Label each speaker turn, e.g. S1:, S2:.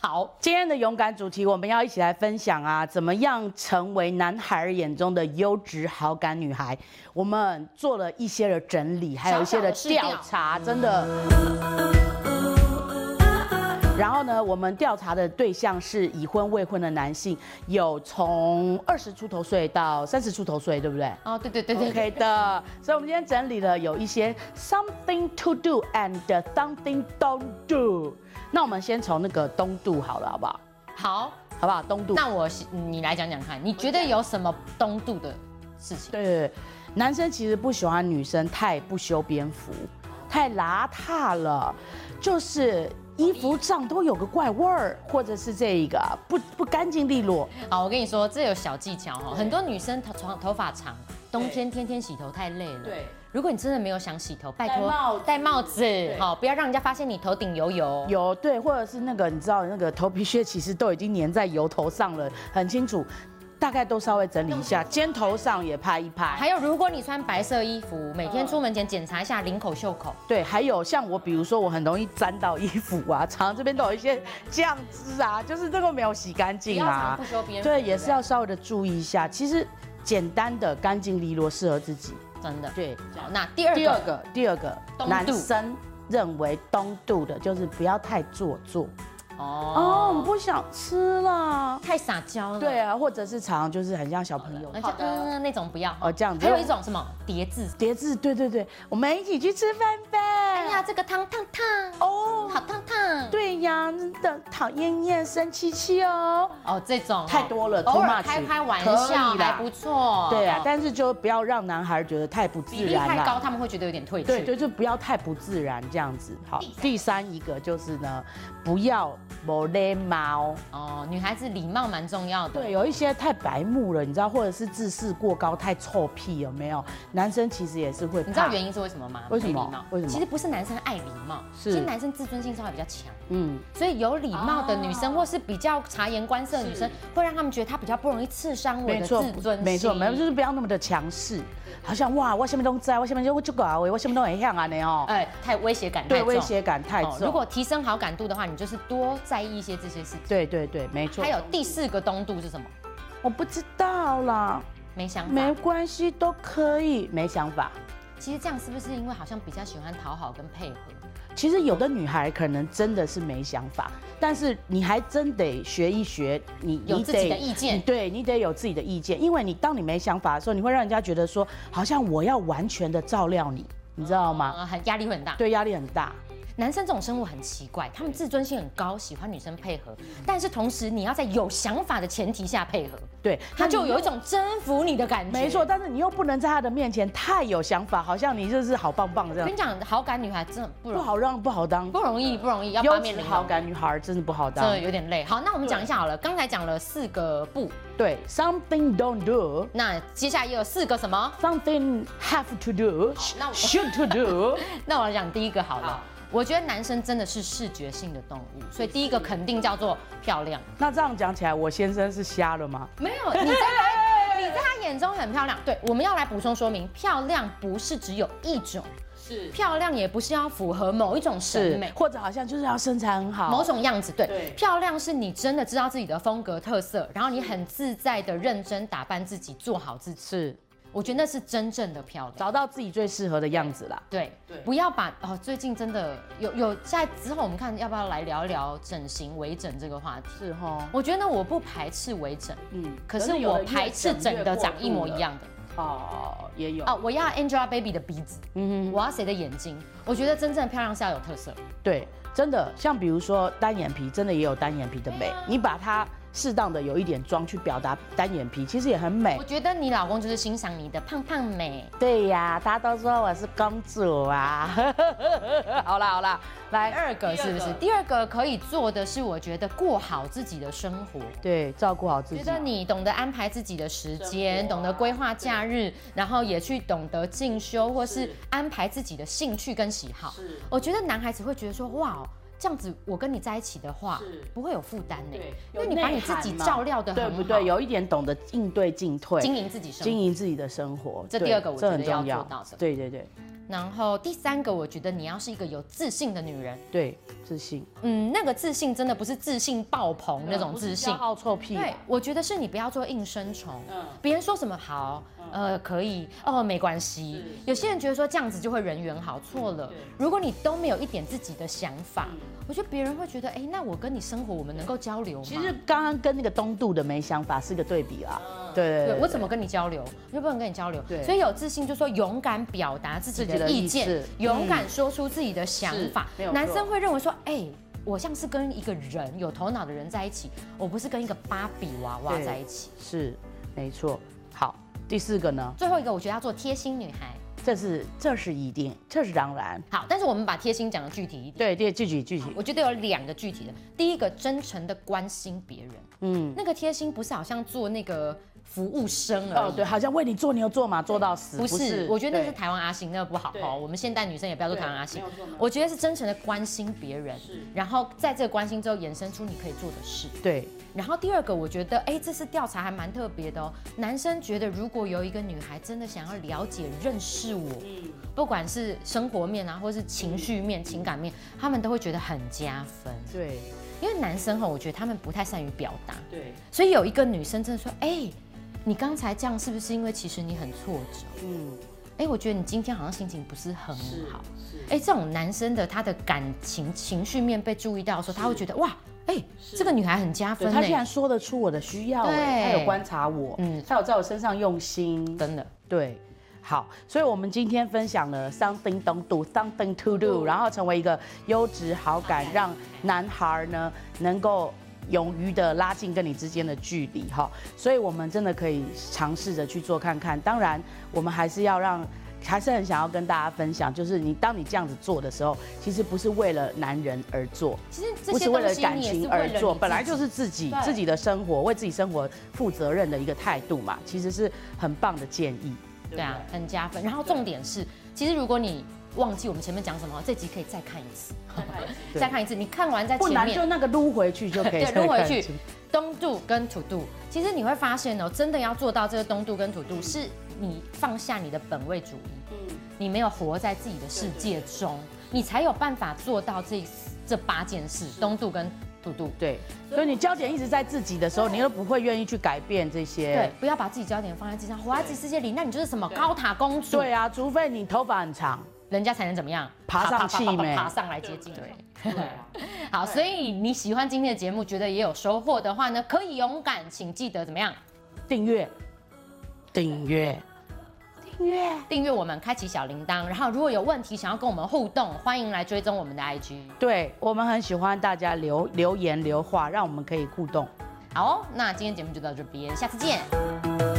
S1: 好，今天的勇敢主题，我们要一起来分享啊，怎么样成为男孩儿眼中的优质好感女孩？我们做了一些的整理，还有一些的
S2: 小小的
S1: 调
S2: 试调
S1: 查，真的。然后呢，我们调查的对象是已婚未婚的男性，有从二十出头岁到三十出头岁，对不对？
S2: 哦，对对对对，
S1: OK 的，所以我们今天整理了有一些 something to do and something don't do。那我们先从那个东渡好了，好不好？
S2: 好，
S1: 好不好？东渡，
S2: 那我你来讲讲看，你觉得有什么东渡的事情？
S1: 对对对，男生其实不喜欢女生太不修边幅，太邋遢了，就是衣服上都有个怪味儿，或者是这一个不不干净利落。
S2: 好，我跟你说，这有小技巧哦。很多女生头长头发长，冬天天天洗头太累了。
S1: 对，
S2: 如果你真的没有想洗头，拜
S1: 戴
S2: 托
S1: 帽子
S2: 戴帽子，好，不要让人家发现你头顶油油。
S1: 有对，或者是那个你知道那个头皮屑，其实都已经粘在油头上了，很清楚，大概都稍微整理一下，肩头上也拍一拍。
S2: 还有，如果你穿白色衣服，每天出门前检查一下领口、袖口。
S1: 对，还有像我，比如说我很容易沾到衣服啊，常常这边都有一些酱汁啊，就是这个没有洗干净啊
S2: 不要常不修边幅
S1: 对，
S2: 对
S1: 也是要稍微的注意一下。其实简单的、干净利落，适合自己。
S2: 真的。
S1: 对，
S2: 好，那第二
S1: 第二
S2: 个，
S1: 个，第二个，
S2: 东渡
S1: 男生认为东渡的就是不要太做作哦，我
S2: 哦，
S1: 不想吃啦。
S2: 太撒娇了。
S1: 对啊，或者是常常就是很像小朋友。
S2: 那就嗯那种不要。
S1: 哦这样子
S2: 还有一种什么叠字。
S1: 叠字，对对对，我们一起去吃饭呗。
S2: 哎呀，这个汤烫烫，
S1: 哦，
S2: 好烫烫。
S1: 对呀，真的讨厌厌生气气哦。
S2: 哦，这种哦
S1: 太多了
S2: 偶
S1: too
S2: 尔
S1: much
S2: 开开玩
S1: 可
S2: 笑
S1: 以啦
S2: 还不错。
S1: 对啊
S2: 哦，
S1: 但是就不要让男孩觉得太不
S2: 比
S1: 自
S2: 例
S1: 然
S2: 太高，
S1: 了。
S2: 他们会觉得有点退却。
S1: 对对，就不要太不自然这样子。好，第三一个就是呢，不要没礼貌。
S2: 哦，女孩子礼貌蛮重要的。
S1: 对，有一些太白目了，你知道，或者是自视过高、太臭屁，有没有？男生其实也是会怕。
S2: 你知道原因是为什么吗？
S1: 为什么
S2: 没礼貌
S1: 为什么
S2: 其实不是男生爱礼貌，
S1: 是
S2: 其实男生自尊心稍微比较强，
S1: 嗯，
S2: 所以有礼貌
S1: 哦
S2: 的女生、或是比较察言观色的女生，会让他们觉得她比较不容易刺伤我
S1: 没
S2: 的
S1: 错
S2: 自尊，心。
S1: 没错，没有，就是不要那么的强势，好像哇，我什么都知道，我什么都就搞，我什么都很像啊你哦。
S2: 哎、太威胁感太
S1: 对，
S2: 重。
S1: 威胁感太
S2: 哦
S1: 重。
S2: 如果提升好感度的话，你就是多在意一些这些事情。
S1: 对对对，没错。
S2: 还有第四个东度是什么？
S1: 我不知道啦，
S2: 没想法。
S1: 没关系，都可以，没想法。
S2: 其实这样是不是因为好像比较喜欢讨好跟配合？
S1: 其实有的女孩可能真的是没想法，但是你还真得学一学，你
S2: 有
S1: 你
S2: 自己
S1: 得
S2: 的意见
S1: 你对你得有自己的意见，因为你当你没想法的时候，你会让人家觉得说，好像我要完全的照料你，你知道吗？
S2: 啊，很压力会很大。
S1: 对，压力很大。
S2: 男生这种生物很奇怪，他们自尊心很高，喜欢女生配合，
S1: 嗯
S2: 但是同时你要在有想法的前提下配合，
S1: 对，
S2: 他
S1: 那
S2: 就
S1: 你
S2: 有一种征服你的感觉。
S1: 没错，，但是你又不能在她的面前太有想法，好像你就是好棒棒这
S2: 我
S1: 样
S2: 跟，你讲，好感女孩真的不
S1: 不
S2: 容
S1: 好让不好当，
S2: 不容易，不容易，要八
S1: 优
S2: 面
S1: 质
S2: 玲
S1: 好
S2: 珑，
S1: 感女孩真的不好
S2: 真
S1: 当。
S2: 的有点累。好，那我们讲一下好了，刚才讲了四个不，
S1: 对，something don't do。
S2: 那接下来也有四个什么？
S1: Something have to do,
S2: 那我
S1: should to do，
S2: 那我来讲第一个好了。
S1: 好
S2: 我觉得男生真的是视觉性的动物，所以第一个肯定叫做漂亮。
S1: 那这样讲起来，我先生是瞎了吗？
S2: 没有，
S1: 哎
S2: 你在他你在他眼中很漂亮。对，我们要来补充说明，漂亮不是只有一种，
S1: 是
S2: 漂亮也不是要符合某一种审
S1: 是
S2: 美，。
S1: 或者好像就是要身材很好，
S2: 某种样子，对，
S1: 对
S2: 漂亮是你真的知道自己的风格特色，然后你很自在的认真打扮自己，做好自己，
S1: 是
S2: 我觉得那是真正的漂亮。
S1: 找到自己最适合的样子啦。
S2: 对，
S1: 对
S2: 不要把哦，最近真的有有在之后，我们看要不要来聊一聊整形、微整这个话题。
S1: 是哈，
S2: 我觉得我不排斥微整，
S1: 嗯，
S2: 可是我排斥整的长一模一样的。
S1: 哦，也有
S2: 啊，我要 Angelababy 的鼻子，
S1: 嗯
S2: 我要谁的眼睛？我觉得真正的漂亮是要有特色。
S1: 对，真的，像比如说单眼皮，真的也有单眼皮的美，你把它适当的有一点妆去表达单眼皮，其实也很美
S2: 我。觉得你老公就是欣赏你的胖胖美。
S1: 对呀，大家都说我是公主啊。 好啦好啦，
S2: 哎第
S1: 来，
S2: 二个是不是？第二个可以做的是，我觉得过好自己的生活。
S1: 对，照顾好自己
S2: 觉。得你懂得安排自己的时间，
S1: 啊
S2: 懂得规划假日，然后也去懂得进修，或是安排自己的兴趣跟喜好。我觉得男孩子会觉得说，哇，哦这样子我跟你在一起的话，不会有负担呢，因为你把你自己照料的很
S1: 对
S2: 好，
S1: 不对？有一点懂得应对进退，
S2: 经营自己生活
S1: 经。营自己的生活，
S2: 这
S1: 对
S2: 第二个我
S1: 这
S2: 觉得
S1: 很重
S2: 要做到的
S1: 对对对，
S2: 然后第三个，我觉得你要是一个有自信的女人，
S1: 对，自信，嗯
S2: 嗯，那个自信真的不是自信爆棚那种
S1: 不是
S2: 自信
S1: 骄，傲臭屁，
S2: 对，我觉得是你不要做应声虫。
S1: 嗯
S2: 别人说什么好，呃，可以，哦，没关系。有些人觉得说这样子就会人缘好，错了
S1: 嗯对。嗯
S2: 如果你都没有一点自己的想法，我觉得别人会觉得，哎，那我跟你生活，我们能够交流吗？
S1: 其实刚刚跟那个东渡的没想法是个对比啦，对
S2: 嗯对
S1: 对
S2: 我怎么跟你交流，我就不能跟你交流。
S1: 对
S2: 所以有自信就说勇敢表达自己
S1: 自己
S2: 的
S1: 的
S2: 意
S1: 意
S2: 见
S1: 志，
S2: 勇敢说出自己的想法
S1: 是没。有错
S2: 男生会认为说，哎、我像是跟一个人有头脑的人在一起，我不是跟一个芭比娃娃
S1: 对
S2: 在一起。
S1: 是没错。好，第四个呢，
S2: 最后一个，我觉得要做贴心女孩。
S1: 这是这是一定，这是当然。
S2: 好，但是我们把贴心讲的具体一点。
S1: 对对，具体具体，
S2: 我觉得有两个具体的，第一个真诚的关心别人，
S1: 嗯，
S2: 那个贴心不是好像做那个服务生而
S1: 哦
S2: 已。
S1: 对，好像为你做牛做马做到死，
S2: 不是，我觉得那是
S1: 对
S2: 台湾阿信，那个不好哦。我们现代女生也不要做台湾阿信，我觉得是真诚的关心别人，然后在这个关心之后衍生出你可以做的事。
S1: 对
S2: 然后第二个，我觉得，哎，这次调查还蛮特别的哦。男生觉得，如果有一个女孩真的想要了解、认识我，
S1: 嗯
S2: 不管是生活面啊，或是情绪面、情感面，他们都会觉得很加分。
S1: 对
S2: 因为男生哈，我觉得他们不太善于表达，
S1: 对，
S2: 所以有一个女生真的说，哎、你刚才这样是不是因为其实你很挫折？
S1: 嗯，
S2: 哎、我觉得你今天好像心情不是很好。
S1: 是
S2: 哎、这种男生的他的感情情绪面被注意到的时候，他会觉得哇，哎、这个女孩很加
S1: 对
S2: 分
S1: 他竟然
S2: 呢，
S1: 说得出我的需要，哎
S2: 对
S1: 他有观察我，
S2: 嗯
S1: 嗯，他有在我身上用心，
S2: 真的。
S1: 对。好，所以我们今天分享了 something don't do, something to do，然后成为一个优质好感，让男孩呢能够勇于的拉近跟你之间的距离哈。所以我们真的可以尝试着去做看看。当然，我们还是要让，还是很想要跟大家分享，就是你当你这样子做的时候，其实不是为了男人而做，
S2: 其实这
S1: 不
S2: 些
S1: 是为
S2: 东
S1: 了
S2: 西
S1: 感
S2: 你也是
S1: 情
S2: 为了
S1: 而
S2: 你
S1: 做，
S2: 自
S1: 本来
S2: 己
S1: 就是自己
S2: 对
S1: 自己的生活，为自己生活负责任的一个态度嘛，其实是很棒的建议。
S2: 对啊，很加分。然后重点是，其实如果你忘记我们前面讲什么，这集可以再看一次，
S1: 对
S2: 再看一次。你看完在
S1: 不
S2: 前
S1: 难就
S2: 面，
S1: 那个撸回去就可以
S2: 对
S1: 再看清。
S2: 撸回去东度跟土度，其实你会发现哦，真的要做到这个东度跟土度，是你放下你的本位主义，你没有活在自己的世界中，你才有办法做到这这八件事，东度跟土度。
S1: 对，所以你焦点一直在自己的时候，你又不会愿意去改变这些。
S2: 对，不要把自己焦点放在自己上，活在自己世界里，那你就是什么高塔公主，
S1: 对啊，除非你头发很长，
S2: 人家才能怎么样
S1: 爬上去
S2: 爬爬
S1: 没
S2: 爬爬上来接近。对， 好，所以你喜欢今天的节目，觉得也有收获的话呢，可以勇敢，请记得怎么样
S1: 订阅，订阅，订阅。
S2: 订阅我们，开启小铃铛。然后如果有问题想要跟我们互动，欢迎来追踪我们的 IG。
S1: 对我们很喜欢大家留留言留话，让我们可以互动。
S2: 好哦、那今天节目就到这边，下次见。